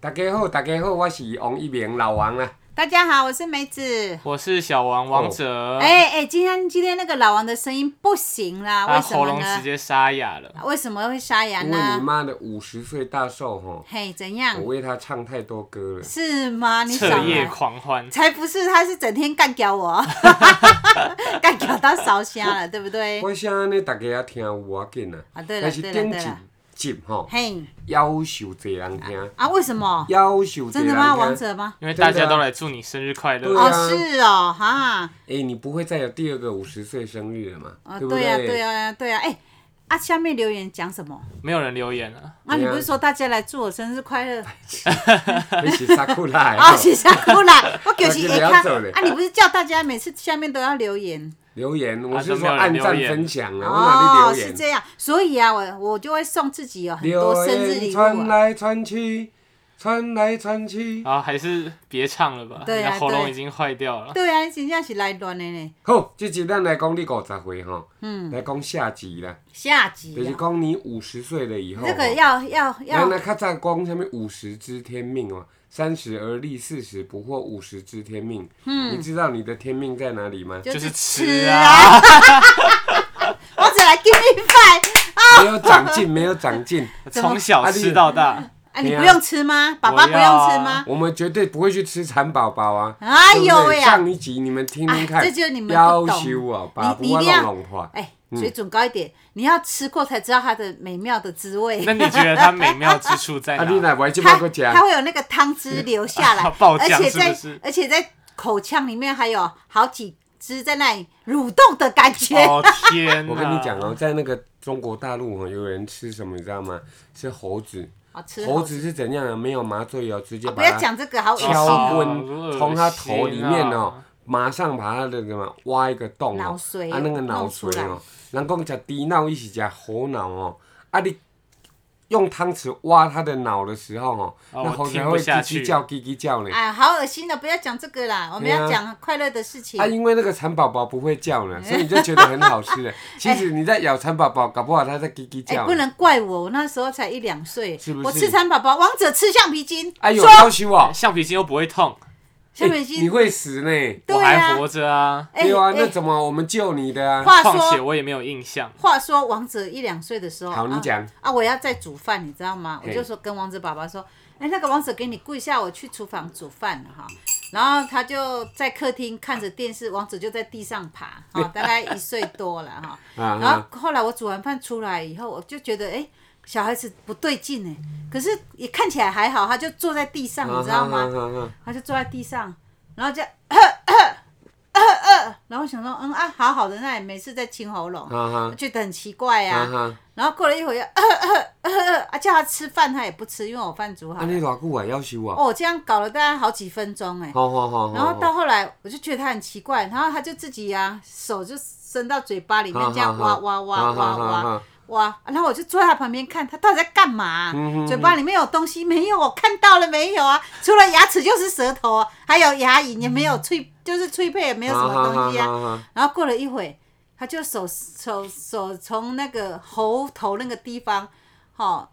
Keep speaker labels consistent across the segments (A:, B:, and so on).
A: 大家好，大家好，我是王一鸣，老王啊啦。
B: 大家好，我是梅子。
C: 我是小王
A: 哦
C: 王者，
B: 哎哎、今天今天那个老王的声音不行啦，
C: 他
B: 为什
C: 啊喉
B: 么
C: 咙直
B: 呢？
C: 接沙哑了。
B: 为什么会沙哑
A: 因为你
B: 呢？
A: 妈的五十岁大寿吼，
B: 嘿，怎样
A: 我？为她唱太多歌了。
B: 嗯是吗？你少
C: 彻夜
B: 来。
C: 狂欢，
B: 才不是，他是整天干掉我，干掉到烧瞎了，对不对？
A: 我想安尼大家也听有我紧啊，
B: 啊对啦
A: 但是顶
B: 对啦
A: 一
B: 对啦
A: 集吼，
B: 嘿，
A: 夭寿侪人听，
B: 啊，为什么？
A: 夭寿侪
B: 真的吗？王
A: 人听。
B: 者吗？
C: 因为大
A: 真的
C: 家
A: 啊
C: 都来祝你生日快
A: 对
C: 乐。
A: 啊
B: 哦，是哦，哈，
A: 哎，你不会再有第二个五十岁生日了嘛？
B: 哦，
A: 对不
B: 对呀，对呀，对呀，哎，啊，下面留言讲什么？
C: 没有人留言啊，
B: 啊，你
A: 对啊
B: 不是说大家来祝我生日快乐？
A: 你是啥过 来？
B: 啊，是啥过来？ 我就是会
A: 我就不要
B: 看
A: 做了
B: 啊，你不是叫大家每次下面都要留言
A: 留言，我是
C: 都没
A: 说
C: 有人
A: 按赞
C: 留言
A: 分享啊，我哪里留
B: 哦是
A: 言？
B: 这样，所以啊，我我就会送自己有很
A: 留
B: 多生日
A: 言
B: 礼
A: 传
B: 物、啊。
A: 来传去，传来传去。
C: 啊，还是别唱了吧，你
B: 对啊
C: 的喉咙
B: 对
C: 已经坏掉了。
B: 对啊，真正是来乱的呢。
A: 好，这集咱来讲你五十岁吼，来讲下集啦，
B: 下
A: 就
B: 集、
A: 是
B: 嗯啊，
A: 讲你五十岁了以后吼。
B: 这个要要
A: 咱
B: 要
A: 来较早讲啥物五十知天命哦，三十而立，四十不惑，五十知天命。嗯，你知道你的天命在哪里吗？
C: 就是
B: 吃
C: 吃！啊，
B: 我只来 give me five
A: 没有长进， 没有长进，
C: 从小吃到大，
B: 啊，你
A: 对啊
B: 不用吃吗？爸爸不
C: 我
B: 用
C: 要啊
B: 吃吗？
A: 我们绝对不会去吃蚕宝宝啊！
B: 哎
A: 对不对
B: 呦喂啊
A: 上一集你们听听看，
B: 哎这就是你们不
A: 要
B: 懂
A: 求啊，把
B: 你
A: 不
B: 你一
A: 要
B: 定要
A: 弄融化。
B: 哎、
C: 嗯
B: 水准高一点，你要吃过才知道它的美妙的滋味。
C: 那你觉得它美妙之处
B: 哎
C: 在
A: 啊，你
C: 哪？
A: 奶奶这
B: 它
A: 么个讲
B: 它，会有那个汤汁流 下来，
C: 爆
B: 而
C: 浆
B: 且
C: 是
B: 在
C: 不是
B: 而且在口腔里面还有好几只在那里蠕动的感觉。
C: 哦天哪！
A: 我跟你讲
B: 嗯
A: 哦，在那个中国大陆哦，有人吃什么你知道吗？吃猴子，
B: 好吃
A: 猴子是怎样的？没有麻醉哦，直接
B: 啊不
A: 把
B: 要
A: 它
B: 讲这个，好恶心
A: 敲
B: 哦。
A: 昏，从它头里面
C: 啊
A: 哦，马上把它的什么挖一个洞哦，
B: 脑髓
A: 啊那个脑髓
B: 弄出来
A: 哦，人讲吃猪脑，伊是吃猴脑哦，啊你。用汤匙挖它的脑的时候哦，
C: 哦
A: 那
C: 我
A: 猴子
C: 听
A: 还
C: 不
A: 会
C: 下
A: 叽叽
C: 去
A: 叫、叽叽叫呢。
B: 哎，好恶心的，不要讲这个啦，我们
A: 对啊
B: 要讲快乐的事情
A: 啊，。因为那个蚕宝宝不会叫 呢，所以你就觉得很好吃了。其实你在咬蚕宝宝，搞不好它在叽叽
B: 哎，
A: 叫呢。
B: 不能怪我，我那时候才一两岁
A: 是不，是
B: 我吃蚕宝宝，王者吃橡皮筋，
A: 哎呦，
B: 说
A: 要求哦，
C: 橡皮筋又不会痛，
B: 橡皮
A: 你
B: 筋，
A: 会死呢。
C: 我
B: 对
C: 还
B: 啊
C: 活，着啊。
B: 哎
A: 对啊，那
B: 哎
A: 怎么我们救你的啊？
B: 话
C: 况且
B: 说
C: 我也没有印象，
B: 话说，王者一两岁的时候，
A: 好你
B: 啊
A: 讲
B: 啊，我要在煮饭，你知道吗？
A: 嘿
B: 我就说跟王子爸爸说，哎，那个王子给你顾一下，我去厨房煮饭了哈。然后他就在客厅看着电视，王子就在地上爬， 哈，大概一岁多了哈。
A: 啊
B: 然
A: 哈，
B: 后后来我煮完饭出来以后，我就觉得哎、小孩子不对劲哎，可是也看起来还好，他就坐在地上，你知道吗？
A: 啊哈哈哈
B: 他就坐在地上，然后就 咳咳咳咳，然后我想说，嗯啊，好好的，那也没事，在清喉咙，
A: 啊哈
B: 我觉得很奇怪
A: 啊
B: 呀、啊。
A: 哈，
B: 然后过了一会儿又呃咳咳咳咳，啊，叫他吃饭他也不吃，因为我饭煮好
A: 啊
B: 了。
A: 你哦偌久啊？要求啊？
B: 哦，这样搞了大概好几分钟哎。
A: 好好好好。
B: 然后到后来我就觉得他很奇怪，然后他就自己呀、手就伸到嘴巴里面这样挖挖挖挖挖
A: 哇！
B: 挖，然后我就坐在他旁边看他到底在干嘛、
A: 嗯
B: 嘴巴里面有东西没有？我看到了没有啊？除了牙齿就是舌头啊，还有牙龈也没有，脆就是脆配也没有什么东西啊。
A: 啊？
B: 然后过了一会，他就手手手从那个喉头那个地方，哈、哦，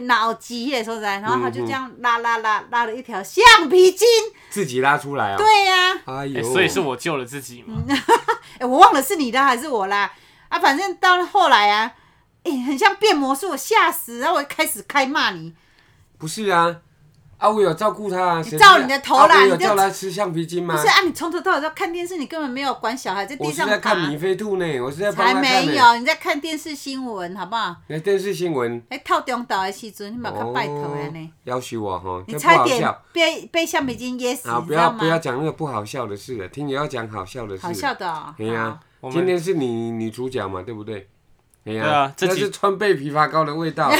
B: 脑脊耶，说实在，然
A: 嗯
B: 后他就这样拉拉拉拉了一条橡皮筋，
A: 自己拉出来啊？。
B: 对呀、哎、
A: 哎
C: 哎
A: 呦，
C: 所以是我救了自己嘛。
B: 嗯我忘了是你拉还是我拉啊，反正到了后来啊，哎、很像变魔术，我吓死，然后我开始开骂
A: 嗯
B: 你，
A: 不是啊？啊，我有照顾他啊。谁知
B: 照你的头啦
A: 啊我有
B: 你就
A: 叫他吃橡皮筋吗
B: 不？是啊，你从头到尾都看电视，你根本没有管小孩在
A: 我
B: 地
A: 是
B: 上
A: 在
B: 爬，
A: 看米菲兔呢，我是在帮他
B: 才
A: 看
B: 没
A: 呢。
B: 有，你在看电视新闻好不好？
A: 那电视新闻。
B: 哎，套中岛的时阵，你嘛较拜托安尼。
A: 哦要求我哈，
B: 你
A: 这不
B: 差
A: 好
B: 点
A: 笑。
B: 被被橡皮筋噎死，
A: 啊，
B: 你
A: 不
B: 知
A: 要
B: 道
A: 不要
B: 吗？
A: 讲那个不好笑的事了，听你要讲好笑的事。
B: 好笑的哦。
A: 哎呀
B: 好，
C: 我们
A: 今天是你女主角嘛，对不对？哎
C: 对
A: 呀
C: 啊，这
A: 那
C: 集
A: 是川贝枇杷膏的味 道，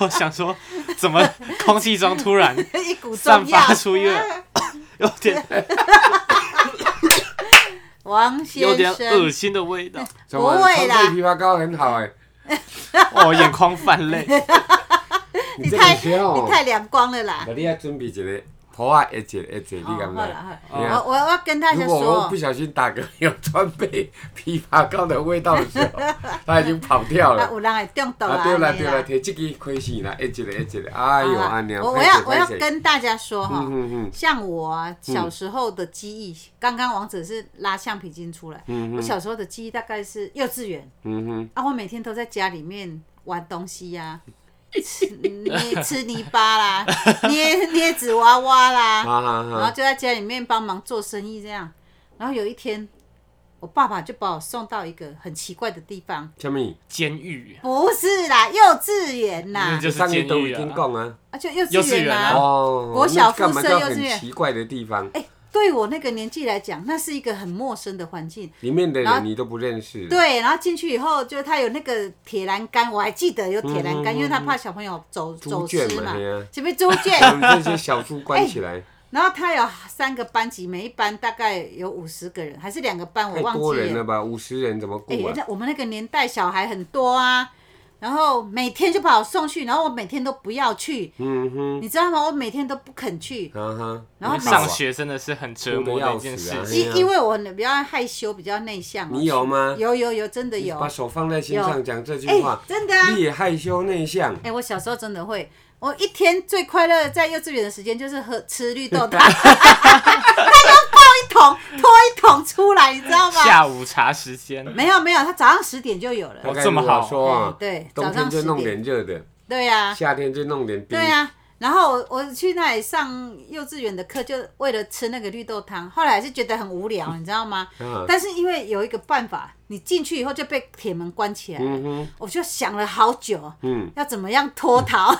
C: 我想说，怎么空气中 突然
B: 一股
C: 散
B: 中药。
C: 发出一
B: 啊
C: 个有点
B: 王
C: 有点
B: 先
C: 恶
B: 生，
C: 心的味道，
A: 什么
B: 不会啦
A: 川贝枇杷膏很好哎，
C: 哦，眼 眶泛泪。
A: 你这
B: 太
A: 个学
B: 你
A: 哦，
B: 太阳光了啦。
A: 那你要准备一个头啊一节一节，你
B: 哦，
A: 敢不
B: 好
A: 敢
B: 了？好
A: 你
B: 了，
A: 看
B: 我我要跟大家
A: 如果我
B: 说
A: 不，小心打嗝有川贝枇杷膏的味道的时 候，它已经跑掉
B: 啊，
A: 了。
B: 有人会中毒
A: 啊，对啦
B: 安尼
A: 对啦，摕这个开始啦，一节一节，哎呦，
B: 好啦
A: 安尼啊，
B: 我我
A: 拍
B: 要
A: 摄
B: 我要
A: 拍摄
B: 跟大家说哈，
A: 嗯嗯
B: 像我啊小时候的记忆，刚刚王者是拉橡皮筋出来，我小时候的记忆大概是幼稚园
A: 嗯哼，
B: 啊，我每天都在家里面玩东西呀、吃嗯捏 吃泥巴啦， 捏捏纸娃娃啦，
C: 啊
A: 哈啊哈
B: 然后
A: 哈，
B: 就在家里面帮忙做生意这样。然后有一天，我爸爸就把我送到一个很奇怪的地方，
A: 什么？
C: 监狱，
B: 不是啦，幼稚园
C: 那
B: 呐，
C: 嗯就是
A: 上一
C: 监
A: 都
C: 狱
A: 已经
C: 啊。
A: 讲啊，
B: 啊就幼
C: 幼
B: 稚
C: 稚
B: 园
C: 园
B: 呐、
C: 啊
A: 哦，
B: 国
A: 那
B: 小附
A: 干嘛
B: 设
A: 叫
B: 幼稚
A: 很
B: 园
A: 奇怪的地方，
B: 哎、对我那个年纪来讲，那是一个很陌生的环境。
A: 里面的
B: 然后
A: 人你都不认识。
B: 对，然后进去以后，就是它有那个铁栏杆，我还记得有铁栏
C: 嗯
B: 杆，因为他怕小朋友走
A: 猪
B: 走
A: 圈
B: 失
A: 嘛
B: 嘛
A: 嘿啊，
B: 这边猪
A: 把
B: 圈。
A: 这些小猪关起来，
B: 然后它有三个班级，每一班大概有五十个人，还是两个班，我
A: 太
B: 忘
A: 多
B: 记
A: 人
B: 了
A: 了。吧？五十人怎么
B: 哎、
A: 过啊？
B: 那我们那个年代小孩很多啊，然后每天就把我送去，然后我每天都不要去，
A: 嗯哼，
B: 你知道吗？我每天都不肯去，
A: 啊哈，
B: 然后每次
C: 上学真的是很折磨的一件事
A: 哭得要死啊
C: 情。
B: 因因为我比较害羞，比较内向。
A: 你有吗
B: 有有有，真的有。
A: 把手放在心上讲这句
B: 哎、
A: 话，
B: 真的啊！
A: 你也害羞内向，
B: 哎、我小时候真的会，我一天最快乐在幼稚园的时间就是喝吃 绿豆汤，他就抱一桶拖一桶出来，你知道吗？
C: 下午茶时间，
B: 没有没有，他早上十点就有了。
A: 我
C: 哦
A: 跟
C: 这么好
A: 我说啊
B: 哎，对
A: 冬
B: 早
A: 天
B: 上
A: 就弄
B: 10
A: 点热的，
B: 对呀、
A: 夏天就弄点冰
B: 对，呀、然后我我去那里上幼稚园的课，就为了吃那个绿豆汤。后来是觉得很 无聊，你知道吗？
A: 啊，
B: 但是因为有一个办法，你进去以后就被铁门关起来了，
A: 嗯哼，
B: 我就想了好久，
A: 嗯，
B: 要怎么样 脱逃。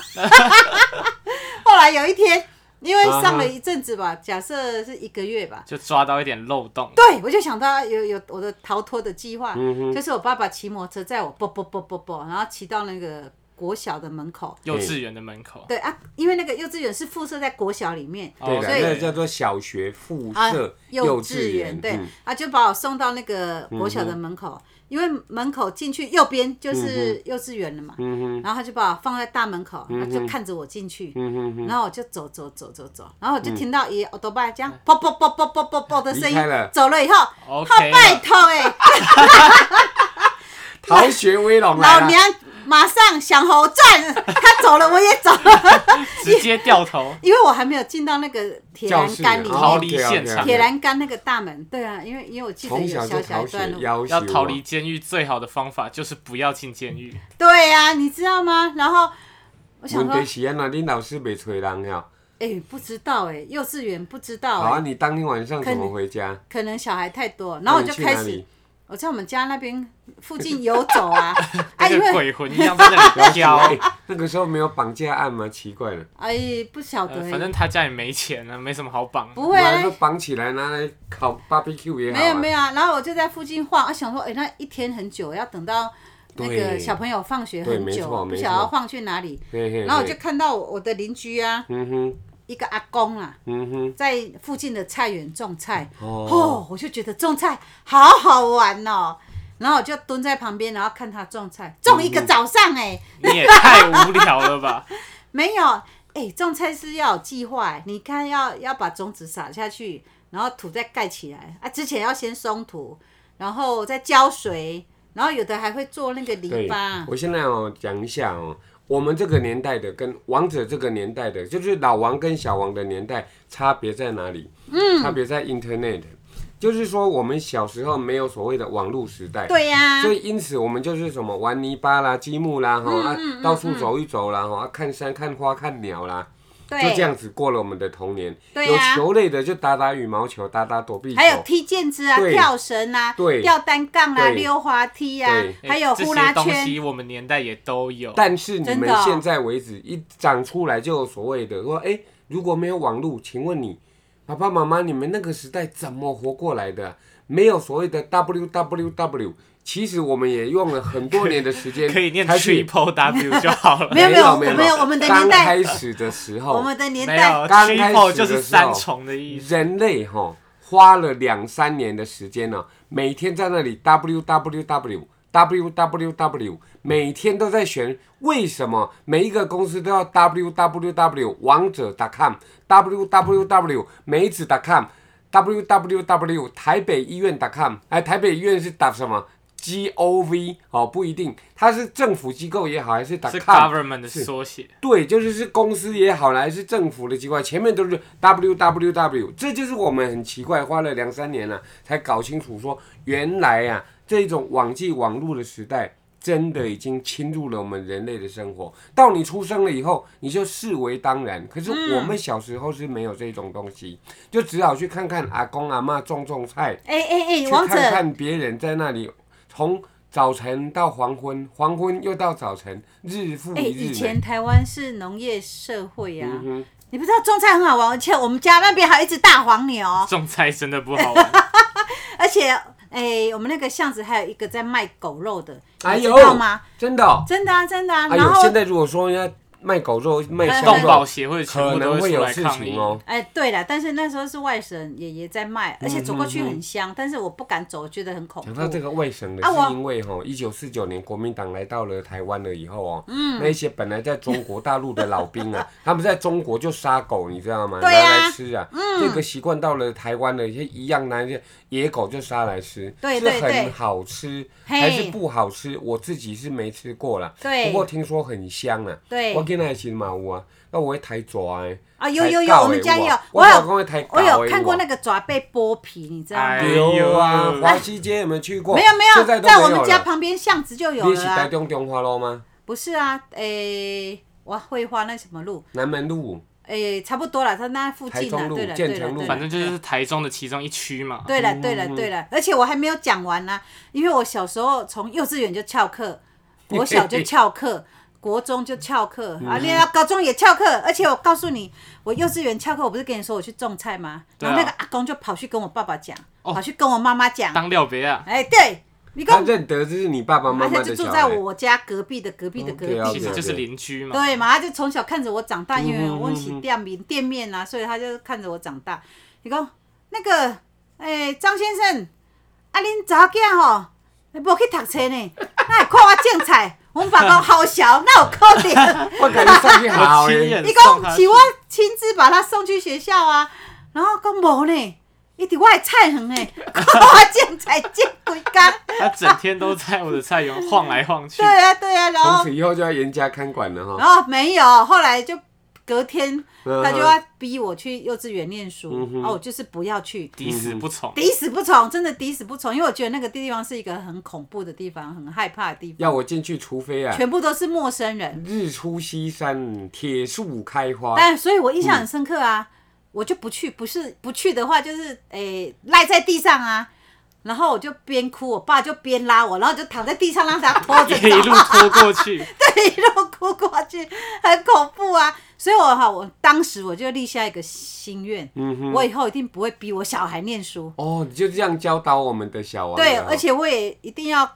B: 后来有一天，因为上
A: 嗯
B: 了一阵子吧，假设是一个月吧，
C: 就抓到一点漏洞。
B: 对我就想到有有我的逃脱的计划，
A: 嗯哼
B: 就是我爸爸骑摩托车载我，啵啵啵啵啵，然后骑到那个国小的门口。
C: 幼稚园的门口，
B: 对啊，因为那个幼稚园是附设在国小里面，
A: 哦对
B: 所以
A: 的，那叫做小学附
B: 啊
A: 设，
B: 幼
A: 稚园，
B: 对、
A: 嗯
B: 啊，就把我送到那个国小的门口，因为门口进去右边就是幼稚园了嘛，
A: 嗯哼，
B: 然后他就把我放在大门口，他就看着我进去，
A: 嗯哼哼，
B: 然后我就走走走走走，然后我就听到一奥多拜这样啵啵啵啵啵啵啵的声
A: 嗯离
B: 音
A: 开了，
B: 走了以后， 好
C: OK
B: 拜托哎，
A: 逃学威龙来啊了，
B: 老娘马上想猴转， 他走了我也走了，。
C: 直接掉头
B: 因为我还没有进到那个铁
A: 教
B: 栏
A: 室
B: 杆里
C: 啊逃
B: 面，
C: 离现场
B: 铁栏杆那个大门，对啊，因为因为我记得
A: 从
B: 有
A: 小就
B: 小小
A: 逃
B: 一
A: 学
B: 段路，，
A: 要
C: 要逃离监狱最好的方法就是不要进监狱。
B: 对啊，你知道吗？然后我想
A: 问
B: 说
A: 题，是安那恁老师没催人呀？
B: 哎，不知道哎，幼稚园不知
A: 好
B: 道
A: 啊，
B: 哎，
A: 你当天晚上怎么回家？
B: 可能小孩太多，然后我
A: 那
B: 就
A: 你去
B: 开
A: 哪
B: 始
A: 里。
B: 我在我们家那边附近游走啊，啊，因
C: 跟
B: 为
C: 个鬼魂一样在 那里飘。
A: 哎那个时候没有绑架案吗？奇怪 了，
B: 哎，不晓得
C: 呃
B: 欸、
C: 反正他家也没钱啊，没什么好绑。
B: 不
A: 我
B: 会
A: 还说
B: 啊，
A: 绑起来拿来烤 barbecue 也好
B: 没有没
A: 啊。
B: 有啊。然后我就在附近晃，啊，想说，哎、那一天很久，要等到那个
A: 对
B: 小朋友放学
A: 对
B: 很
A: 没
B: 久，
A: 错
B: 不
A: 没
B: 晓得要
A: 错
B: 放去哪里。
A: 嘿嘿嘿
B: 然后我就看到我我的邻居啊，
A: 嗯哼，
B: 一个阿公啊，
A: 嗯哼，
B: 在附近的菜园种菜，
A: 哦，
B: 哦，我就觉得种菜好好玩哦。然后我就蹲在旁边，然后看他种菜，种一个
A: 嗯
B: 早上哎、
C: 你也太无聊了吧？
B: 没有，哎、种菜是要有计划、欸。你看要要把种子撒下去，然后土再盖起来啊。之前要先松土，然后再浇水，然后有的还会做那个篱
A: 对
B: 笆，。
A: 我现在哦讲一下哦，我们这个年代的跟王者这个年代的，就是老王跟小王的年代差别在哪里？嗯，差别在 Internet，就是说我们小时候没有所谓的网络时代，
B: 对呀、
A: 所以因此我们就是什么玩泥巴啦、积木啦，哈、
B: 嗯
A: 啊，到处走一走啦，哈、啊，看山、看花、看鸟啦，就这
B: 对，
A: 样子过了我们的童年。
B: 对
A: 有
B: 呀、
A: 球类的就打打羽毛球、打打躲避球，
B: 还有踢毽子啊、
A: 对
B: 跳绳啊、
A: 对
B: 吊单杠啊、
A: 对
B: 溜滑梯啊
A: 对，
B: 还有
C: 哎这
B: 呼
C: 些
B: 啦
C: 东
B: 圈。
C: 西我们年代也都有。
A: 但是你
B: 真
A: 们
B: 的哦
A: 现在为止一长出来就有所谓的说，哎、如果没有网络，请问你爸爸妈妈，你们那个时代怎么活过来的啊、没有所谓的 W W W，其实我们也用了很多年的时间
C: 可以念
A: 才去
C: triple W 就好了。
B: 没有
A: 没
B: 没有没有我们的年
A: 刚
B: 代
A: 开始的时候，
B: 我们的年
C: 哦没
B: 代，
C: 有
A: 刚开始的时候
C: ，triple 就是三重的意思。
A: 人类哈花了两三年的时间呢、每天在那里 W W W W W W，每天都在选为什么每一个公司都要 W W W 王者 .com W W W 梅子 .com W W W 台北医院 .com 哎，台北医院是打什么 G O V 哦，不一定，它是政府机构也好，还是打
C: 是
A: .com
C: government 的
A: 是
C: 缩写，
A: 对，就是是公司也好啦，还是政府的机关，前面都是 W W W，这就是我们很奇怪，花了两三年了、才搞清楚说，原来啊，这种网际网络的时代，真的已经侵入了我们人类的生活。到你出生了以后，你就视为当然。可是
B: 嗯
A: 我们小时候是没有这种东西，就只好去看看阿公阿妈种种菜，
B: 哎哎
A: 去
B: 哎，王者
A: 看看别人在那里从。早晨到黄昏，黄昏又到早晨，日复
B: 哎、
A: 一日呢。
B: 以前台湾是农业社会呀、
A: 嗯哼
B: 你不知道种菜很好玩，而且我们家那边还有一只大黄牛，
C: 种菜真的不好 玩。
B: 而且哎、我们那个巷子还有一个在卖狗肉的，
A: 哎
B: 你知
A: 呦
B: 道吗？
A: 真的哦、
B: 真的啊，真的啊。
A: 哎
B: 然
A: 呦，
B: 后
A: 现在如果说要卖狗肉、卖
B: 哎
A: 香
C: 动保
A: 肉，
C: 协会全
A: 可
C: 部都
A: 能会
C: 出
A: 有
C: 来
A: 事
C: 抗议
A: 情。哦。
B: 哎、对了，但是那时候是外省爷爷在卖，而且走过去很香，但是我不敢走，觉得很恐
A: 嗯讲到这
B: 怖。
A: 个外省的，
B: 啊我
A: 是因为哈，一九四九年国民党来到了台湾了以后哦，
B: 嗯
A: 那一些本来在中国大陆的老兵 啊，他们在中国就杀狗，你知道吗？拿
B: 对啊
A: 来吃啊，这个习惯到了台湾的，也一样拿一些野狗就杀来吃，
B: 对
A: 是
B: 对
A: 很
B: 对
A: 好吃
B: 嘿
A: 还是不好吃？我自己是没吃过啦，
B: 对
A: 不过听说很香啊。
B: 对
A: 我今仔是嘛有啊，那我会抬抓的。
B: 哎啊，有有有，我们家也有，
A: 哎我
B: 我
A: 老公哎会
B: 有
A: 抬
B: 我有看过那个爪被剥皮，你知道吗？
C: 哎
A: 有啊，
C: 哎
A: 华西街有没有去过？
B: 没有没
A: 哎现
B: 有，
A: 在都
B: 在
A: 没
B: 我
A: 有
B: 们
A: 了
B: 家旁边巷子就有
A: 你是
B: 了、
A: 台
B: 啊。
A: 中中华路吗？
B: 不是啊，诶、我会画那什么路，
A: 南门路，
B: 诶、差不多了，他那附
A: 台
B: 近
A: 中
B: 啊，
A: 路
B: 对了
A: 建
B: 对了
A: 成路
B: 对了，
C: 反正就是台中的其中一区嘛。
B: 对
A: 嗯
B: 了对了对了，而且我还没有讲完呢、因为我小时候从幼稚园就 翘课，国小就翘课。国中就翘课，
A: 嗯
B: 啊，练到高中也翘课，而且我告诉你，我幼稚园翘课，我不是跟你说我去种菜吗？
C: 对
B: 然
C: 啊
B: 后那个阿公就跑去跟我爸爸讲，
A: 哦
B: 跑去跟我妈妈讲，
C: 当廖别啊，
B: 哎，对，你跟
A: 他
B: 我，
A: 认得这是你爸爸妈
B: 而
A: 妈
B: 且
A: 的
B: 就
A: 小
B: 住
A: 孩
B: 在。我家隔壁的隔壁的隔
A: 嗯对啊
B: 壁
C: 其
A: 对啊
C: 实
B: 的，
C: 就是邻居嘛。
B: 对嘛，他就从小看着我长大，因为
A: 嗯
B: 我们是店名店面啊，所以他就看着我长大。你讲那个，诶、张先生，啊，恁查某囝吼，哎无去读册呢，那会看我种菜，阮爸讲好小，那有可能。
A: 我感觉上去 好
C: 我亲
A: 诶，
C: 眼
B: 伊
C: 送他
B: 讲
C: 去
B: 是我亲自把他送去学校啊，然后讲无呢，伊伫我的菜园诶， 看我种菜种几工。
C: 他整天都在我的菜园晃来晃去
B: 对。啊，对啊，然后
A: 从此以后就要严加看管了哈。
B: 然后没有，后来就隔天
A: 嗯
B: 他就要逼我去幼稚园念书，
A: 嗯哼
B: 哦，我就是不要去，
C: 抵死不从，
B: 抵死不从，真的抵死不从，因为我觉得那个地方是一个很恐怖的地方，很害怕的地方，
A: 要我进去，除非啊，
B: 全部都是陌生人。
A: 日出西山，铁树开花。
B: 但所以我印象
A: 嗯
B: 很深刻啊，我就不去，不是不去的话就是诶、赖在地上啊。然后我就边哭，我爸就边拉我，然后我就躺在地上让他拖着
C: 一
B: 走。
C: 路拖过去。
B: 对，一路哭过去，很恐怖啊！所以我哈，我当时我就立下一个心愿，
A: 嗯哼，
B: 我以后一定不会逼我小孩念书。
A: 哦，你就这样教导我们的小王了哦。
B: 对，而且我也一定要，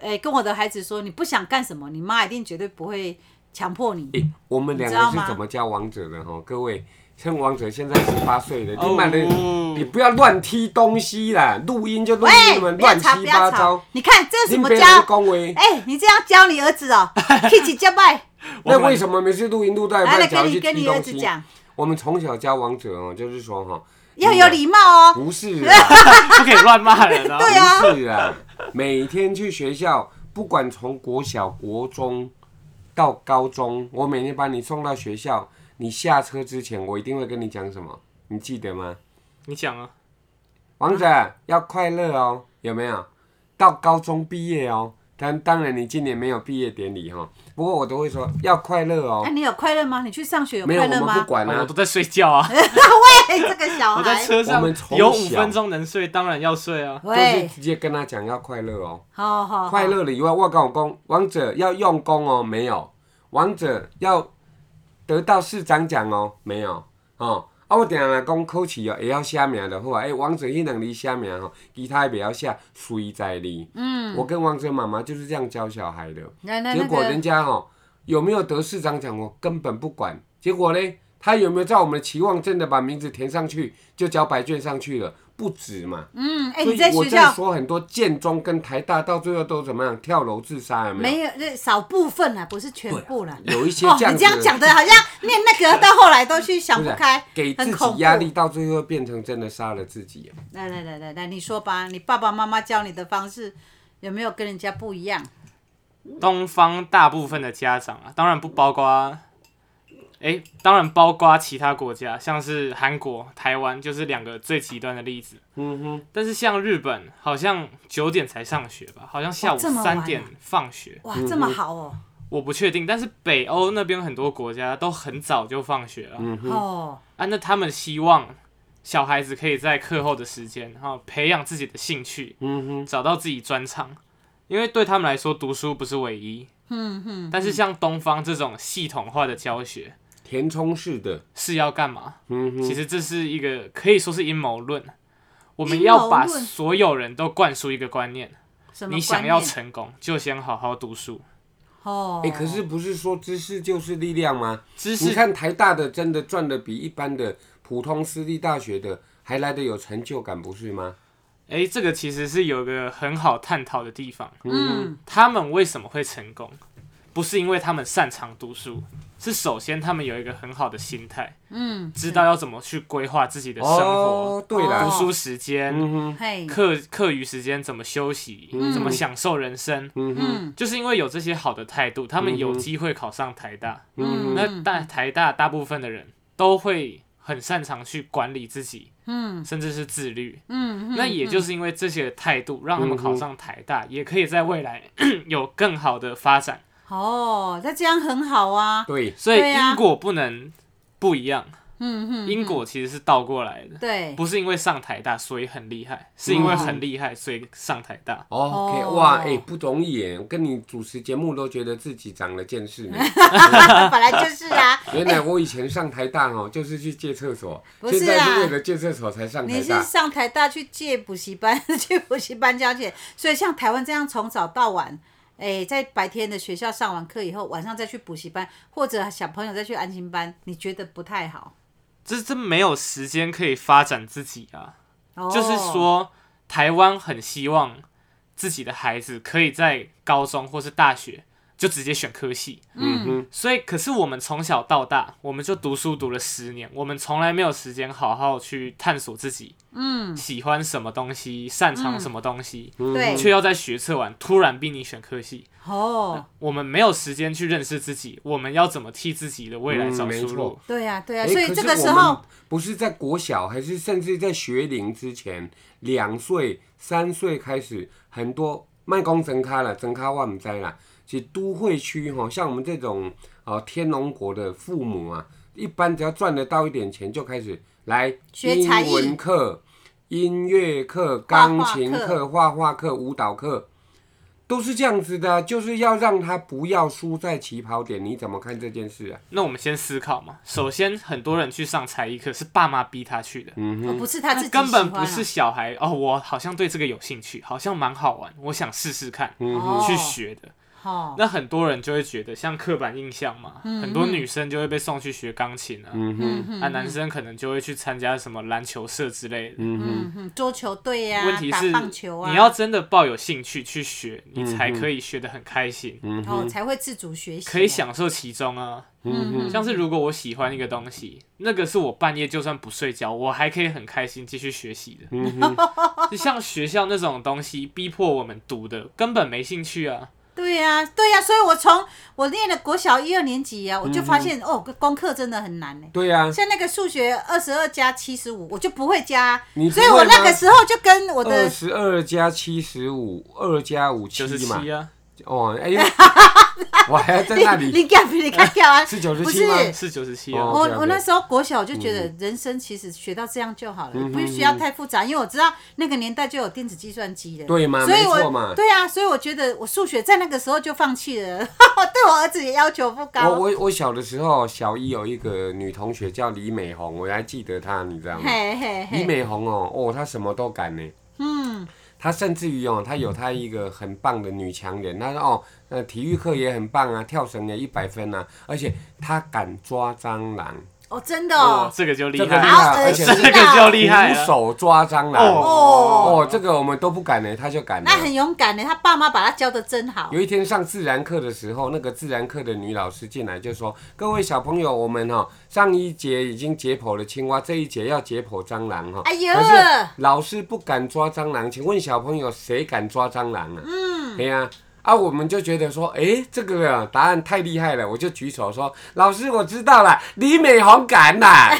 B: 诶、跟我的孩子说，你不想干什么，你妈一定绝对不会强迫你。
A: 诶，我们两
B: 你
A: 个
B: 知道
A: 是
B: 吗
A: 怎么教王者的哈？各位，趁王者现在十八岁了，你买了，
C: 哦
A: 你不要乱踢东西啦，录音就录音，
B: 喂
A: 你，们
B: 不要
A: 乱
B: 吵，不
A: 七
B: 要
A: 八
B: 吵
A: 糟，！
B: 你看这是什
A: 你
B: 么
A: 别
B: 教？
A: 人恭维，
B: 哎、你这样教你儿子 哦、去起教拜，
A: 那为什么每次录音录到一
B: 来来
A: 半
B: 跟
A: 讲
B: 你
A: 去
B: 跟
A: 踢
B: 你儿
A: 东
B: 子
A: 西？
B: 讲，
A: 我们从小教王者哦，就是说哈，
B: 要有礼貌哦、
A: 不是啦，
C: 不可以乱骂人啊！
B: 对啊
A: 不是啊，每天去学校，不管从国小、国中到高中，我每天把你送到学校，你下车之前，我一定会跟你讲什么，你记得吗？
C: 你讲啊，
A: 王者、要快乐哦，有没有？到高中毕业哦，但当然你今年没有毕业典礼哈，不过我都会说要快乐
B: 哎、
A: 哦，
B: 你有快乐吗？你去上学有
A: 没有
B: 快
A: 我
B: 乐
A: 们不
B: 吗？
A: 管
C: 我
A: 啊
C: 都，在睡觉啊，
B: 哎、 这个小
C: 我在
B: 孩，
C: 车上
A: 我们从小
C: 有五分钟能睡，当然要睡啊。
A: 都是
B: 喂，
A: 直接跟他讲要快乐哦。
B: 好好好
A: 快乐了以外，我跟我讲，王者要用功哦，没有；王者要得到市长奖哦，没有。哦，啊，我定来讲考试哦，会晓写名就好啊。诶、王者迄两字写名吼，其他的袂晓写，随在你。嗯，我跟王者妈妈就是这样教小孩的。
B: 那那
A: 结
B: 那
A: 果
B: 个
A: 人家哦有没有得市长奖，我根本不管。结果呢，他有没有照我们的期望真的把名字填上去，就交白卷上去了？不止嘛。
B: 嗯，哎、
A: 所
B: 你在
A: 以我
B: 学
A: 在
B: 校
A: 说很多建中跟台大到最后都怎么样跳楼自杀有没有？啊
B: 没有那少部分啊啦，不是全部啦。
A: 有一些
B: 哦，
A: 这样
B: 你
A: 子
B: 这样讲的好像念那个到后来都去想
A: 是
B: 不
A: 不是
B: 开，
A: 给
B: 很
A: 自
B: 恐
A: 己
B: 怖
A: 压力，到最后变成真的杀了自己啊、
B: 来来来来来，你说吧，你爸爸妈妈教你的方式有没有跟人家不一样？
C: 东方大部分的家长啊，当然不包括，诶，当然包括其他国家，像是韩国、台湾，就是两个最极端的例子。
A: 嗯哼，
C: 但是像日本，好像九点才上学吧，好像下午
B: 哇这么晚啊
C: 三点放学，
B: 哇，这么好哦，
C: 我不确定。但是北欧那边很多国家都很早就放学了、
A: 嗯
B: 哦，
C: 啊，那他们希望小孩子可以在课后的时间，然后培养自己的兴趣，
A: 嗯哼，
C: 找到自己专长，因为对他们来说读书不是唯一。嗯哼，但是像东方这种系统化的教学
A: 填充式的，
C: 是要干嘛？
A: 嗯
C: 其
A: 哼，
C: 实这是一个可以说是阴谋论。我们要把
B: 阴谋论
C: 所有人都灌输一个观念：
B: 什么观念？
C: 你想要成功，就先好好读书。
B: 哦？
A: 哎、可是不是说知识就是力量吗？
C: 知
A: 你
C: 识
A: 看台大的真的赚的比一般的普通私立大学的还来的有成就感，不是吗？
C: 哎、这个其实是有个很好探讨的地方。
B: 嗯，
C: 他们为什么会成功？不是因为他们擅长读书，是首先他们有一个很好的心态，
B: 嗯，
C: 知道要怎么去规划自己的生活、
A: 哦，对啦，
C: 读书时间、
A: 嗯哼，
B: 嘿，
C: 课课余时间怎么休息、怎么享受人生。
A: 嗯哼，
B: 嗯
C: 就是因为有这些好的态度，他们有机会考上台大。
B: 嗯
C: 那大台大大部分的人都会很擅长去管理自己，
B: 嗯
C: 甚至是自律。
B: 嗯，
C: 那也就是因为这些态度，让他们考上台大，也可以在未来 有更好的发展。
B: 哦，那这样很好啊。
A: 对，
C: 所以
B: 对啊
C: 因果不能不一样，
B: 嗯嗯，
C: 因果其实是倒过来的，
B: 对，
C: 不是因为上台大所以很厉
B: 嗯
C: 害，是因为很厉害所以上台大。
A: OK，、
B: 哦
A: 哇，哎、不容易耶！我跟你主持节目都觉得自己长了见 识呢。
B: 本来就是啊。
A: 原来我以前上台大哦，就是去借厕所，
B: 不是
A: 现在
B: 啊
A: 是为了借厕所才上台
B: 你
A: 大
B: 是。上台大去借补习班， 去补习班交钱，所以像台湾这样从早到晚，哎、在白天的学校上完课以后，晚上再去补习班，或者小朋友再去安心班，你觉得不太好？
C: 这这没有时间可以发展自己啊，
B: 哦、
C: 就是，说台湾很希望自己的孩子可以在高中或是大学就直接选科系，
A: 嗯哼，
C: 所以，可是我们从小到大，我们就读书读了十年，我们从来没有时间好好去探索自己，嗯，喜欢什么东西，擅长什么东西，
B: 对，
C: 却要在学测完突然逼你选科系，
B: 哦，
C: 我们没有时间去认识自己，我们要怎么替自己的未来找
A: 嗯没
C: 出路
A: 错？
B: 对呀、对呀、啊
A: 哎
B: 所以
A: 可
B: 这
A: 是
B: 个时
A: 我们
B: 候，
A: 不是在国小，还是甚至在学龄之前，两岁、三岁开始，很多卖公整咖了，整咖万唔知啦。其实都会区哈、像我们这种呃天龙国的父母啊，一般只要赚得到一点钱，就开始来
B: 学才艺
A: 英文课、音乐课、
B: 画
A: 钢琴
B: 课
A: 课、画画课、舞蹈课。都是这样子的啊，就是要让他不要输在起跑点。你怎么看这件事啊？
C: 那我们先思考嘛。首先，很多人去上才艺课是爸妈逼他去的，
B: 哦不是他自己喜欢、
C: 嗯根
B: 啊，
C: 本不是小孩哦，我好像对这个有兴趣，好像蛮好玩，我想试试看，
B: 哦
C: 嗯去学的。
B: 哦，
C: 那很多人就会觉得像刻板印象嘛，很多女生就会被送去学钢琴啊，
B: 嗯哼
C: 啊，男生可能就会去参加什么篮球社之类的。
B: 嗯哼，桌球队呀、
C: 问题
B: 打
C: 是，
B: 棒球啊，
C: 你要真的抱有兴趣去学，
B: 嗯
C: 你才可以学得很开心，
B: 哦才会自主学习、
C: 嗯可以，享受其中啊。
B: 嗯
C: 像是如果我喜欢一个东西，那个是我半夜就算不睡觉，我还可以很开心继续学习的。 就像学校那种东西，逼迫我们读的，根本没兴趣啊。
B: 对呀、对呀、所以我从我念了国小一二年级啊，我
C: 嗯
B: 就发现、哦，功课真的很难呢、
A: 对呀、啊，
B: 像那个数学二十二加七十五，我就不会加，
A: 你不
B: 所
A: 会
B: 以
A: 吗哦
B: 我那个时候就跟我
A: 二
B: 的
A: 十二加七十五，二加五
C: 九十
A: 七嘛
C: 七。啊，
A: 哦， 哎、我还要在那
B: 你
A: 里！
B: 你干你干干啊
A: 是九十
B: 不
A: 七吗？
B: 是
C: 是九十七
A: 哦
C: 啊。
A: 嗯
B: 我
A: OK，OK
B: 我那时候国小我就觉得人生其实学到这样就
A: 嗯
B: 好了，不需要太复杂，因为我知道那个年代就有电子计算机了，
A: 对嘛
B: 所以
A: 没错嘛
B: 我对啊，所以我觉得我数学在那个时候就放弃了， 对我儿子也要求不
A: 我
B: 高。
A: 我我小的时候，小一有一个女同学叫李美红，我还记得她，你知道吗？
B: 嘿嘿
A: 李
B: 嘿，
A: 美红哦，哦，她什么都敢呢。
B: 嗯，
A: 她甚至于哦，她有她一个很棒的女强人，她说哦，呃，体育课也很棒啊，跳绳也一百分啊，而且她敢抓蟑螂，
B: 哦，真的
C: 哦
B: 哦，，
C: 这个就厉
A: 这个厉
C: 害，
B: 好
A: 害，
B: 恶
A: 而且
B: 心
A: 是
C: 这个就厉害
A: 徒
C: 了。
A: 手抓蟑螂。
C: 哦
A: 哦
B: 哦，，
A: 这个我们都不敢呢，他就敢了
B: 那。很勇敢的，他爸妈把他教的真好
A: 有。一天上自然课的时候，那个自然课的女老师进来就说：“各位小朋友，我们哈、上一节已经解剖了青蛙，这一节要解剖蟑螂哈、
B: 哎呦
A: 可，是老师不敢抓蟑螂，请问小朋友谁敢抓蟑螂啊？嗯，对呀、啊。我们就觉得说，哎，这个啊答案太厉害了，我就举手说，老师我知道了，李美红敢 啦、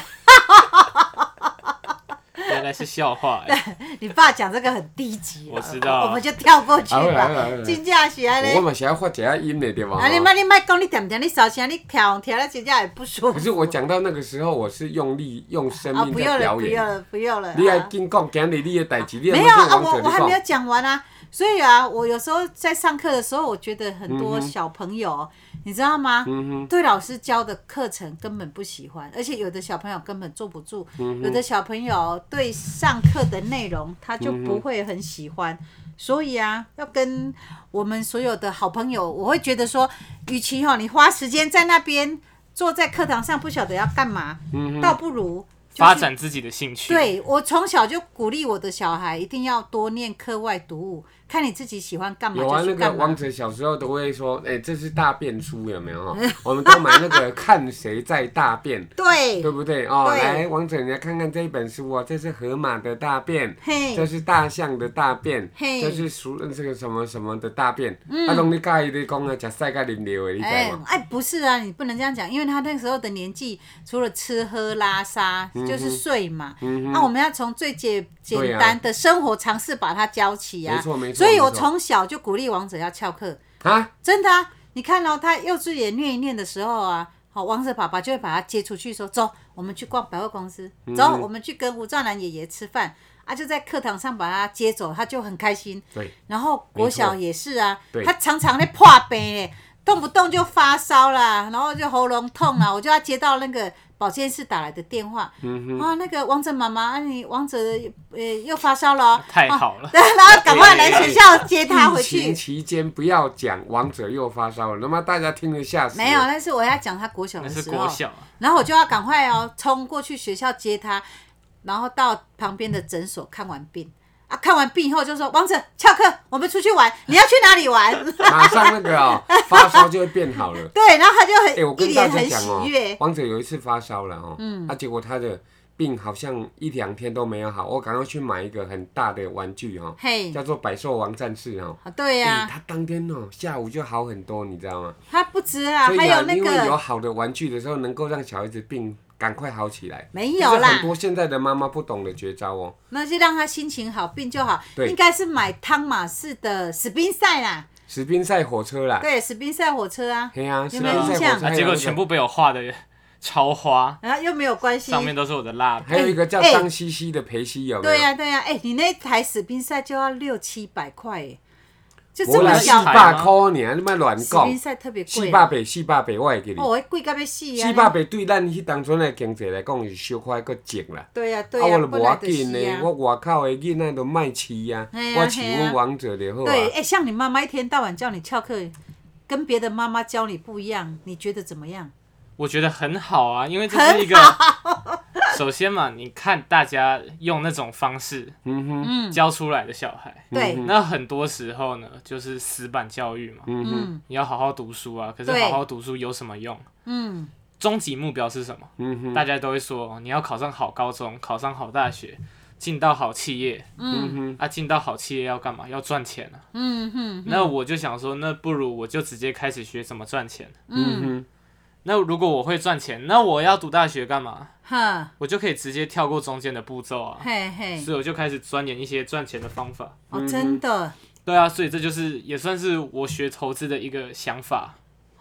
C: 原来是笑话、欸，
B: 你爸讲这个很低级啊，
C: 我知道
B: 我们就跳过去
A: 好啦好啦好
B: 吧
A: 啦。
B: 真正是安
A: 我
B: 尼，
A: 嘛想要发一下音的对吧？
B: 啊你莫你莫讲你点点你烧声，你跳跳了真正会不舒服。
A: 可是我讲到那个时候，我是用力用生
B: 啊，
A: 命
B: 不
A: 在
B: 要了，
A: 表
B: 不
A: 演。
B: 要了，不要了。
A: 你还
B: 啊
A: 跟讲今日你的代志，你还
B: 没
A: 没
B: 有
A: 跟
B: 啊，
A: 王
B: 我
A: 者
B: 我还没
A: 你
B: 有
A: 讲。
B: 讲完啊，所以啊，我有时候在上课的时候，我觉得很多小朋友，你知道吗？
A: 嗯
B: 对老师教的课程根本不喜欢，而且有的小朋友根本坐不住，
A: 嗯
B: 有的小朋友对上课的内容他就不会很喜欢，所以啊，要跟我们所有的好朋友，我会觉得说，与其哈、你花时间在那边坐在课堂上不晓得要干嘛，
A: 嗯
B: 倒不如。就
C: 发
B: 是。
C: 展自己的兴趣。，
B: 对我从小就鼓励我的小孩一定要多念课外读物，看你自己喜欢干嘛
A: 有啊，
B: 就
A: 那
B: 去
A: 个
B: 干嘛。
A: 王者小时候都会说，哎、这是大便书有没有？ 哦我们都买那个看谁在大便，
B: 对
A: 对，不对？哦，
B: 对
A: 来，王者，你来看看这一本书哦，这是河马的大便，这
B: 嘿，
A: 是大象的大便，
B: 嘿嗯
A: 这是鼠这个什么什么的大便。啊，拢你教伊咧讲啊，食屎甲淋尿的，你知
B: 哎
A: 吗？
B: 哎，不是啊，你不能这样讲，因为他那时候的年纪，除了吃喝拉撒就是睡嘛。那、我们要从最简
A: 嗯对
B: 简
A: 啊
B: 单的生活常识把它教起啊。
A: 没错没错
B: 所以我
A: 没错
B: 从小就鼓励王者要翘课，
A: 啊，
B: 真的啊！你看哦，他幼稚园念一念的时候啊，好，王子爸爸就会把他接出去说：“走，我们去逛百货公司，
A: 嗯
B: 走，我们去跟吴兆南爷爷吃饭。”啊，就在课堂上把他接走，他就很开心。
A: 对，
B: 然后国小也是啊
A: 没错对，
B: 他常常在破杯嘞，动不动就发烧啦，然后就喉咙痛啊啦，我就要接到那个保健室打来的电话，
A: 嗯
B: 啊，那个王者妈妈，啊、你王者呃又发烧了哦，
C: 太
B: 啊
C: 好了
B: 对， 然后赶快来学校接他
A: 疫
B: 回去。
A: 情期间不要讲王者又发烧了，他妈大家听得吓死。
B: 没有，，但是我要讲他国小
C: 那
B: 的
C: 是
B: 时
C: 国
B: 候，
C: 小啊，
B: 然后我就要赶快哦冲过去学校接他，然后到旁边的诊所看完病啊，看完病以后就说王者翘课，我们出去玩，你要去哪里玩？
A: 马上那个哦，发烧就会变好了。
B: 对，然后他就
A: 哎、
B: 很、
A: 我跟
B: 一
A: 大
B: 脸
A: 家
B: 很
A: 讲
B: 喜
A: 哦、
B: 悦，
A: 王者有一次发烧了哦、嗯，啊，结果他的病好像一两天都没有好，我赶快去买一个很大的玩具哦、
B: 嘿，
A: 叫做百兽王战士哦、
B: 啊对
A: 欸
B: 呀、
A: 他当天哦、下午就好很多，你知道吗？
B: 他不止啊，
A: 所以
B: 还
A: 啊，
B: 有那
A: 因为有
B: 个
A: 好的玩具的时候，能够让小孩子病赶快好起来。
B: 没
A: 这
B: 有
A: 是很
B: 啦，
A: 多现在的妈妈不懂的绝招哦、
B: 那就让他心情好，病就好，
A: 对
B: 应该是买汤马士的史宾塞啦，
A: 史宾塞火车啦，
B: 对，史宾塞火车啊，
A: 嘿呀、啊，
B: 有
A: 史
B: 没
A: 宾
B: 有印
A: 塞
B: 象哎
A: 火车还有那个，
C: 啊，结果全部被我画的超花，
B: 然后又没有关系，
C: 上面都是我的蜡笔。
A: 还有一个叫
B: 哎
A: 脏兮兮的裴西有没有？
B: 对呀、对呀、哎、你那台史宾赛就要六七百块耶， 就这
A: 我
B: 么
A: 来
C: 是
A: 四
B: 小
C: 小
A: 百块呢，你莫乱
B: 史
A: 讲
B: 宾。赛特别
A: 四
B: 贵
A: 百
B: 啦，
A: 倍，四百倍，我会记
B: 哦，
A: 你。
B: 我贵到要死啊！
A: 四百倍对咱迄当阵的经济来讲是小可还佫值啦。
B: 对呀、对
A: 啊，
B: 呀、
A: 我就
B: 不
A: 无
B: 然
A: 要
B: 就
A: 紧
B: 是
A: 的
B: 啊，。
A: 我外口的囡仔都卖饲啊，
B: 嘿啊
A: 我饲
B: 嘿
A: 阮
B: 啊
A: 王者就好啊。
B: 对，哎、像你妈妈一天到晚叫你翘课，跟别的妈妈教你不一样，你觉得怎么样？
C: 我觉得很好啊，因为这是一个， 首先嘛，你看大家用那种方式
A: 嗯哼，嗯
B: 嗯，
C: 教出来的小孩，
B: 对，
C: 那很多时候呢，就是死板教育嘛，
A: 嗯哼，
B: 嗯
C: 你要好好读书啊，可是
B: 对
C: 好好读书有什么用？
B: 嗯，
C: 终极目标是什么？
A: 嗯哼，
C: 大家都会说你要考上好高中，考上好大学，进到好企业，
A: 嗯哼，
C: 啊，进到好企业要干嘛？要赚钱啊。
B: 嗯哼，
C: 那我就想说，那不如我就直接开始学怎么赚钱。
A: 嗯哼，
C: 那如果我会赚钱，那我要读大学干嘛？
B: 哈，
C: 我就可以直接跳过中间的步骤啊。
B: 嘿嘿，
C: 所以我就开始钻研一些赚钱的方法。
B: 哦，真的，
C: 对啊，所以这就是也算是我学投资的一个想法，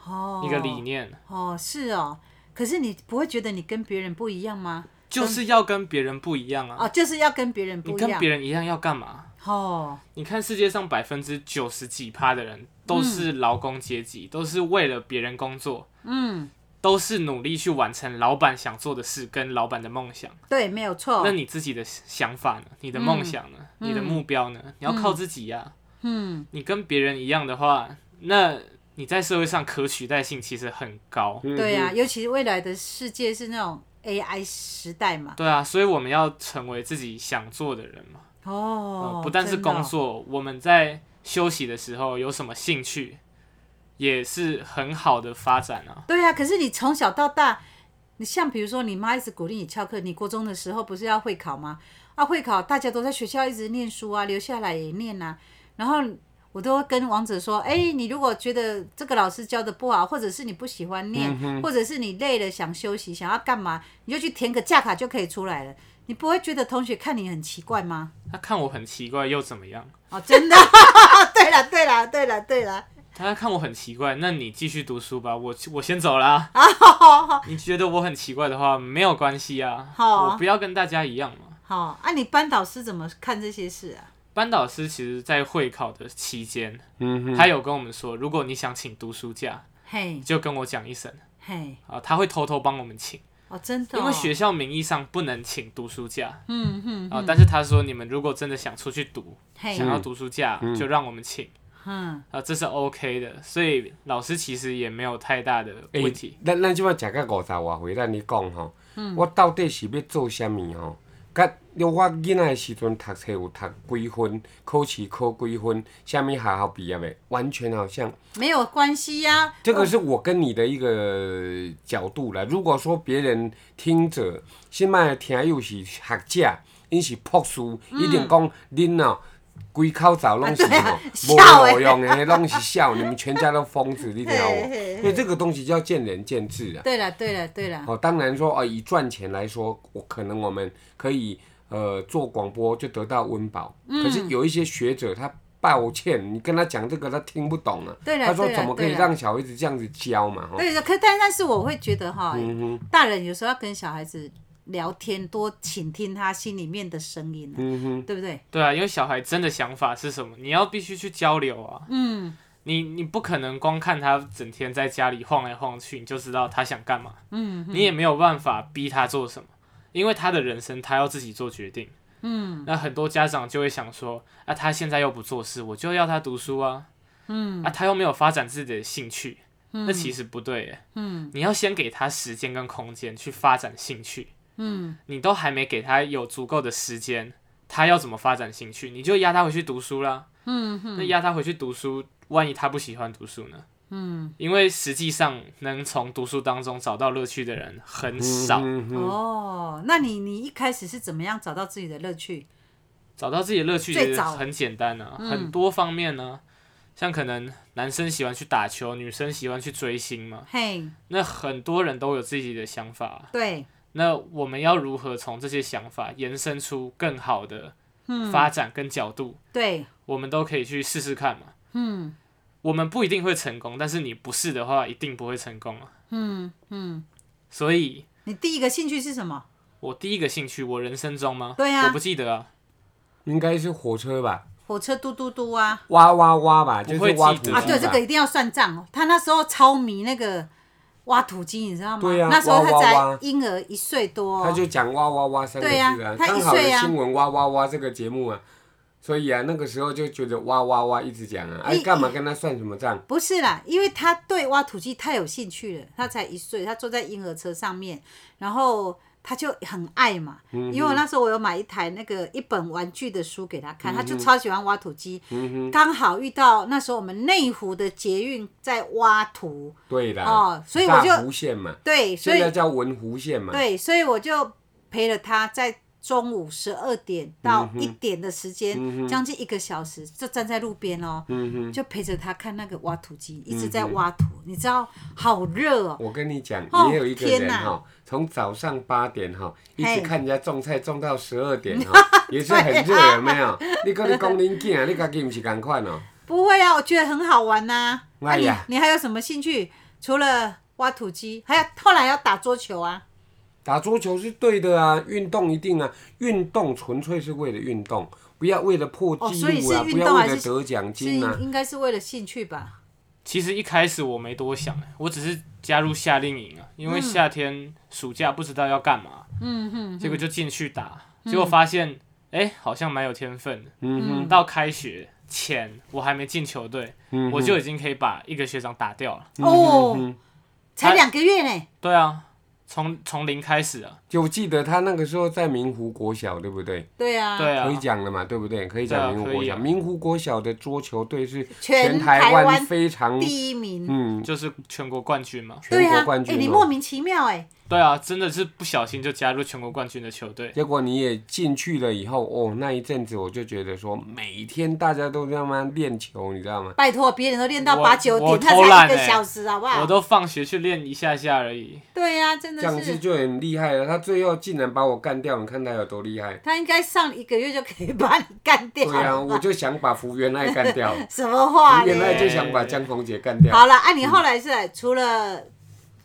B: 哦，
C: 一个理，念，
B: 哦，是哦。可是你不会觉得你跟别人不一样吗？
C: 就是要跟别人不一样啊。
B: 哦，就是要跟别人
C: 你
B: 不一
C: 跟
B: 样
C: 别。人一样要干嘛？
B: 哦，
C: 你看世界上百分之九十几趴的人都是劳工阶级，都是为了别人工作，
B: 嗯，
C: 都是努力去完成老板想做的事跟老板的梦想。
B: 对，没有错。
C: 那你自己的想法呢？你的梦想呢？你的目标呢？你要靠自己呀、
B: 嗯，
C: 你跟别人一样的话，那你在社会上可取代性其实很高。
A: 嗯哼
B: 啊对呀、，尤其是未来的世界是那种 AI 时代嘛。
C: 对啊，所以我们要成为自己想做的人嘛。
B: 哦
C: 呃，不但是
B: 真的哦
C: 工，作，我们在休息的时候有什么兴趣，也是很好的发展啊。
B: 对啊。可是你从小到大，你像比如说你妈一直鼓励你翘课，你国中的时候不是要会考吗？啊，会考大家都在学校一直念书啊，留下来也念啊。然后我都会跟王者说，哎、你如果觉得这个老师教的不好，或者是你不喜欢
C: 嗯
B: 念，或者是你累了想休息想要干嘛，你就去填个假卡就可以出来了。你不会觉得同学看你很奇怪吗？
C: 他看我很奇怪又怎么样？
B: 哦，真的， 对了，对了，对了，对了，
C: 他看我很奇怪，那你继续读书吧，我我先走啦。
B: 啊
C: 你觉得我很奇怪的话，没有关系啊，
B: 好啊
C: 我不要跟大家一样嘛。
B: 好啊，你班导师怎么看这些事啊？
C: 班导师其实，在会考的期间，
A: 嗯哼，
C: 他有跟我们说，如果你想请读书假，
B: 嘿
C: 你，就跟我讲一声
B: 嘿，
C: 啊，他会偷偷帮我们请，
B: 哦，真的、哦，
C: 因为学校名义上不能请读书假
B: 嗯，嗯
C: 啊，但是他说你们如果真的想出去读，
B: 嘿，
C: 想要读书假，就让我们请
B: 嗯，
C: 啊，这是 OK 的，所以老师其实也没有太大的
A: 诶
C: 问题。
A: 咱咱即摆食到五十外岁，咱咧讲吼，
B: 嗯
A: 我到底是要做啥物吼？甲了我囡仔的时阵读册有读几分，考试考几分，啥物学校毕业的，完全好像
B: 没有关系呀、
A: 这个是我跟你的一个
B: 嗯
A: 角度啦。如果说别人听者，现在听友是学者，因是博士，一定讲恁哦，规口罩拢是
B: 啊对啊
A: 吼，无
B: 笑
A: 路用的，拢是笑，你们全家都疯子，你听
B: 嘿嘿
A: 我。
B: 嘿
A: 所以这个东西叫见仁见智啊。
B: 对了，对了，对了，
A: 哦，当然说哦，以赚钱来说，我可能我们可以呃做广播就得到温饱，
B: 嗯
A: 可是有一些学者他抱歉，你跟他讲这个他听不懂啊，
B: 对啦
A: 他说
B: 对啦
A: 怎么可以
B: 对啦
A: 让小孩子这样子教嘛？哈，
B: 对的。可但但是我会觉得哈，
A: 嗯
B: 大人有时候要跟小孩子聊天，多倾听他心里面的声音，啊
A: 嗯哼，
B: 对不对？
C: 对啊，因为小孩真的想法是什么，你要必须去交流啊。
B: 嗯，
C: 你你不可能光看他整天在家里晃来晃去，你就知道他想干嘛。嗯，你也没有办法逼他做什么，因为他的人生他要自己做决定。嗯，那很多家长就会想说，啊，他现在又不做事，我就要他读书啊。嗯，啊，他又没有发展自己的兴趣，那其实不对耶。嗯，你要先给他时间跟空间去发展兴趣。嗯，你都还没给他有足够的时间，他要怎么发展兴趣，你就压他回去读书啦。那压他回去读书，万一他不喜欢读书呢？嗯，因为实际上能从读书当中找到乐趣的人很少，
A: 嗯哼，
B: 哦，那你你一开始是怎么样找到自己的乐趣？
C: 找到自己的乐趣
B: 最
C: 也
B: 早嗯
C: 很简单啊，很多方面呢、像可能男生喜欢去打球，女生喜欢去追星嘛，
B: 嘿，
C: 那很多人都有自己的想法啊。
B: 对，
C: 那我们要如何从这些想法延伸出更好的
B: 嗯
C: 发展跟角度，
B: 对，
C: 我们都可以去试试看嘛。嗯，我们不一定会成功，但是你不试的话，一定不会成功啊。
B: 嗯嗯，
C: 所以
B: 你第一个兴趣是什么？
C: 我第一个兴趣，我人生中吗？
B: 对啊
C: 我不记得啊，
A: 应该是火车吧，
B: 火车嘟嘟嘟啊！
A: 挖挖挖吧，就
C: 不会
A: 是挖
C: 记
A: 土
C: 得
A: 机
B: 啊，
A: 吧，
B: 对，这个一定要算账哦。他那时候超迷那个挖土机，你知道吗？
A: 对啊
B: 那时候他
A: 挖挖挖
B: 才婴儿一岁多、哦
A: 他就讲哇哇哇三个字
B: 对
A: 啊
B: 啊，他一
A: 刚好有
B: 岁啊
A: 新闻哇哇哇这个节目啊，所以啊那个时候就觉得哇哇哇一直讲啊，哎
B: 你
A: 干嘛跟他算什么账？
B: 不是啦，因为他对挖土机太有兴趣了。他才一岁，他坐在婴儿车上面，然后他就很爱嘛。
A: 嗯
B: 因为我那时候我有买一台那个一本玩具的书给他
A: 嗯
B: 看，他就超喜欢挖土机。刚好遇到那时候我们内湖的捷运在挖土，
A: 对啦，
B: 哦所以我就
A: 大弧线嘛，
B: 对，所
A: 现
B: 以
A: 在叫文湖线嘛，
B: 对，所以我就陪了他在中午十二
A: 嗯
B: 点到一点的时间，将、近一个小时，就站在路边哦、
A: 嗯
B: 就陪着他看那个挖土机，一直在挖土，你知道好热哦、
A: 我跟你讲，
B: 哦
A: 也有一个
B: 天
A: 人
B: 哪
A: 哈，从早上八点哈，一直
B: 嘿
A: 看人家种菜种到十二点 哈，也是很热，有没有？你跟你讲恁囝，你家 己不是共款哦？
B: 不会啊，我觉得很好玩呐、啊。
A: 哎
B: 你
A: 呀
B: 你还有什么兴趣？除了挖土机，还有后来要打桌球啊。
A: 打桌球是对的啊，运动一定啊，运动纯粹是为了运动，不要为了破
B: 哦
A: 纪
B: 所以
A: 录
B: 是
A: 啊，
B: 运
A: 不要
B: 动
A: 为
B: 还
A: 了
B: 是
A: 得奖
B: 是
A: 金啊
B: 应。应该是为了兴趣吧？
C: 其实一开始我没多想，我只是加入夏令营啊，因为夏天暑假不知道要干嘛，
B: 嗯哼，
C: 结果就进去打，结果发现，哎、好像蛮有天分的。
A: 嗯
C: 到开学前，我还没进球队，
A: 嗯
C: 我就已经可以把一个学长打掉了。
B: 哦，才两个月呢，
C: 对啊，从从零开始啊，
A: 就我记得他那个时候在明湖国小，对不对？
B: 对啊，
C: 对啊
A: 可以，讲了嘛，对不对？可以
C: 对啊
A: 讲明湖国小。
C: 可以啊
A: 明湖国小的桌球队是
B: 全
A: 台
B: 台湾
A: 非常
B: 第一名，
A: 嗯
C: 就是全国冠军嘛，
A: 全
B: 对啊
A: 国，冠军、
B: 你
A: 哦
B: 莫名其妙哎，
C: 对啊，真的是不小心就加入全国冠军的球队，
A: 结果你也进去了以后，哦，那一阵子我就觉得说，每天大家都在那边练球，你知道吗？
B: 拜托，别人都练到
C: 我
B: 八九
C: 我
B: 点，他
C: 偷懒
B: 才一
C: 欸
B: 个小时，好不
C: 我
B: 好？
C: 都放学去练一下下而已，
B: 对啊，真
A: 这
B: 的
A: 样子
B: 是，
A: 就很厉害了。他最后竟然把我干掉，你看他有多厉 害？
B: 他应该上一个月就可以把你干掉
A: 对
B: 了吧。
A: 啊，我就想把福原爱干掉，
B: 什么话
A: 福原爱
B: 嘞？
A: 就想把江宏杰干掉。
B: 好了，啊，你后来是来除了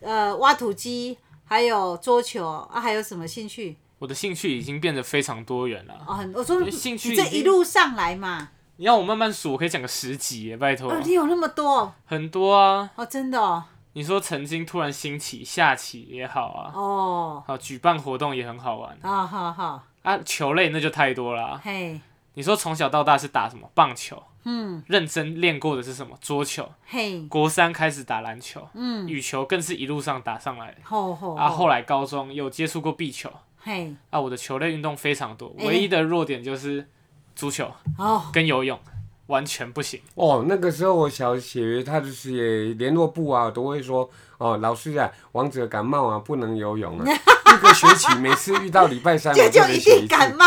B: 呃挖土机，还有桌球啊，还有什么兴趣？
C: 我的兴趣已经变得非常多元了。
B: 哦，很我说
C: 你的兴趣
B: 你
C: 已
B: 这
C: 经
B: 一路上来嘛，
C: 你要我慢慢数，我可以讲个十集耶，拜托
B: 哦，，你有那么多
C: 很多啊。
B: 哦，真的哦，
C: 你说曾经突然兴起下棋也好啊，
B: 哦，
C: 好举办活动也很好玩
B: 啊，好好，
C: 啊。球类那就太多了啊、
B: 嘿，
C: 你说从小到大是打什么？棒球。
B: 嗯，
C: 认真练过的是什么？桌球。
B: 嘿，
C: 国三开始打篮球，
B: 嗯，
C: 羽球更是一路上打上来的。
B: 吼吼，
C: 啊，
B: 吼
C: 后来高中有接触过壁球。
B: 嘿，
C: 啊，我的球类运动非常多，
B: 哎
C: 唯一的弱点就是足球
B: 哦，
C: 跟游泳，完全不行。
A: 哦，那个时候我小学他就是也联络部啊，都会说哦，老师啊，王者感冒啊，不能游 泳啊。一个学期每次遇到礼拜三，
B: 这
A: 我
B: 就
A: 得
B: 一
A: 学一次。
B: 定感冒，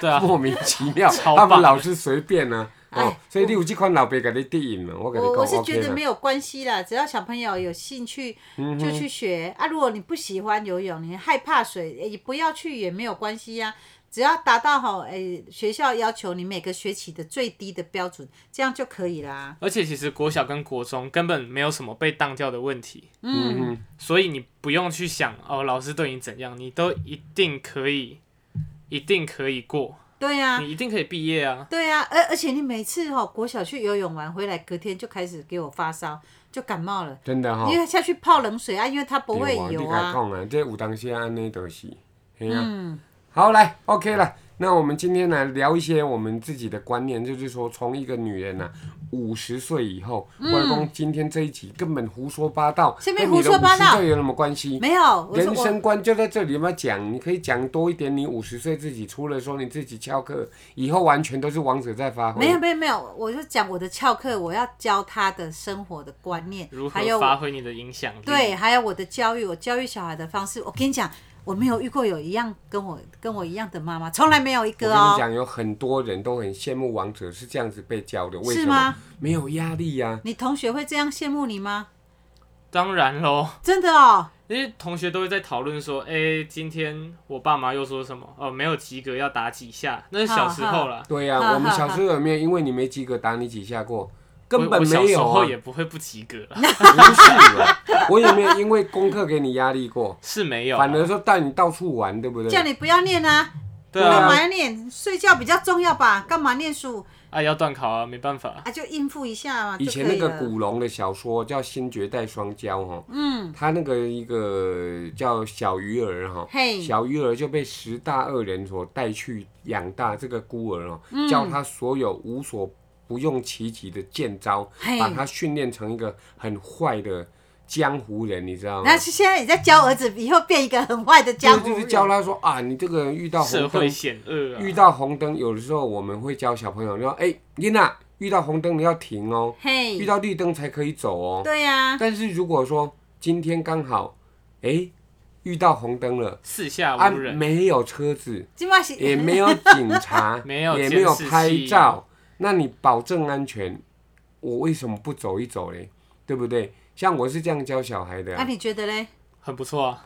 C: 对啊，
A: 莫名其妙，
C: 超
A: 他
C: 棒
A: 们
C: 的
A: 老是随便呢、啊。哦
B: 哎，
A: 所以你有这款老爸给你电影嘛，我跟你
B: 我
A: 讲
B: 我是
A: OK
B: 觉得
A: 啦
B: 没有关系啦，只要小朋友有兴趣
A: 嗯
B: 就去学、啊。如果你不喜欢游泳，你害怕水，也不要去也没有关系呀、只要达到好诶、学校要求你每个学期的最低的标准，这样就可以啦。
C: 而且其实国小跟国中根本没有什么被当掉的问题，
A: 嗯哼，
C: 所以你不用去想哦，老师对你怎样，你都一定可以，一定可以过，
B: 对呀、
C: 你一定可以毕业啊。
B: 对呀、而而且你每次哈、国小去游泳完回来，隔天就开始给我发烧，就感冒了，
A: 真的哈、
B: 因为下去泡冷水啊，因为他不会
A: 对哦你
B: 游
A: 跟他
B: 啊。
A: 讲啊，这有当时安尼都是，嘿啊。
B: 嗯
A: 好，来，OK 了。那我们今天来聊一些我们自己的观念，就是说，从一个女人啊，五十岁以后，外公今天这一集根本胡说八道，
B: 什么
A: 跟你的
B: 嗯胡说八道
A: 50岁有什么关系？
B: 没有，我说
A: 人
B: 我
A: 生观就在这里嘛讲，你可以讲多一点。你五十岁自己出了说你自己翘课，以后完全都是王者在发挥。
B: 没有没有没有，我就讲我的翘课，我要教他的生活的观念
C: 如，
B: 还有
C: 何发挥你的影响力？
B: 对，还有我的教育，我教育小孩的方式。我跟你讲，我没有遇过有一样跟我跟我一样的妈妈，从来没有一
A: 我
B: 个
A: 跟你
B: 哦。
A: 讲，有很多人都很羡慕王者是这样子被教的，为
B: 是
A: 什么
B: 吗？
A: 没有压力呀、
B: 你同学会这样羡慕你吗？
C: 当然喽，
B: 真的哦，
C: 因为同学都会在讨论说，哎、今天我爸妈又说什么？哦，没有及格要打几下，那是小时候啦。
A: 对呀、
B: 哈哈
A: 我们小时候有没有因为你没及格打你几下过？根
C: 我
A: 本
C: 我小
A: 没
C: 时
A: 有啊
C: 候！也不会不及格啦，
A: 不是啊， 我也没有因为功课给你压力过，
C: 是没有啊。
A: 反而说带你到处玩，对不对？
B: 叫你不要念啊，
C: 对
B: 干
C: 啊，
B: 嘛要念？睡觉比较重要吧？干嘛念书
C: 啊要断考啊，没办法。
B: 啊？就应付一下嘛，
A: 以
B: 就
A: 前
B: 可
A: 那
B: 以
A: 个
B: 了。
A: 古龙的小说叫《新绝代双骄》哈，嗯，他那个一个叫小鱼儿哈，
B: 嘿
A: 小鱼儿就被十大恶人所带去养大这个孤儿哦，
B: 嗯
A: 教他所有无所不用其极的剑招，
B: 嘿
A: 把他训练成一个很坏的江湖人，你知道吗
B: 那？是现在你在教儿子，以后变一个很坏的江湖
A: 就
B: 人
A: 是教他说啊，你这个人遇到
C: 社
A: 红
C: 会
A: 灯，
C: 险恶啊，
A: 遇到红灯，有的时候我们会教小朋友说，哎，琳娜，遇到红灯你要停哦，
B: 嘿
A: 遇，到绿灯才可以走哦。
B: 哎对啊呀、
A: 但是如果说今天刚好，哎、遇到红灯了，
C: 四下
A: 啊，
C: 无人。
A: 没有车子，
B: 今晚是
A: 也没有警察，
C: 没有
A: 也没有
C: 监视器
A: 拍照，那你保证安全，我为什么不走一走嘞？对不对？像我是这样教小孩的、
B: 那、啊、
A: 啊。
B: 你觉得嘞？
C: 很不错啊，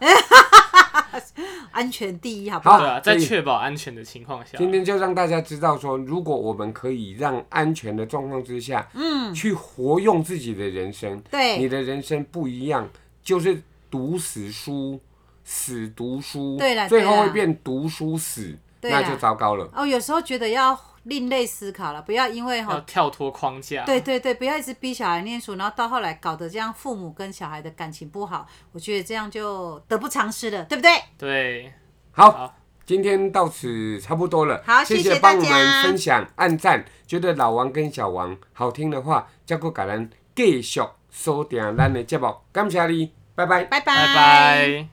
B: 安全第一，好不
A: 好
B: 好？
C: 对啊，
A: 所
C: 在
A: 以
C: 确保安全的情况下，
A: 今天就让大家知道说，如果我们可以让安全的状况之下，嗯，去活用自己的人生，你
B: 对
A: 的人生不一样，就是读死书，死读书，
B: 对啦
A: 最后
B: 对啦
A: 会变读书死，
B: 对啦
A: 那就糟糕了。
B: 哦，有时候觉得要另类思考了，不要因为
C: 要
B: 哈，
C: 跳脱框架。
B: 对对对，不要一直逼小孩念书，然后到后来搞得这样，父母跟小孩的感情不好，我觉得这样就得不偿失了，对不对？
C: 对，
A: 好，
C: 好
A: 今天到此差不多了。
B: 好
A: 谢
B: 谢谢
A: 帮我们
B: 大家
A: 分享、按赞。觉得老王跟小王好听的话，再过给咱继续收听咱的节目。感谢你，拜拜。
B: 拜拜
C: 拜拜。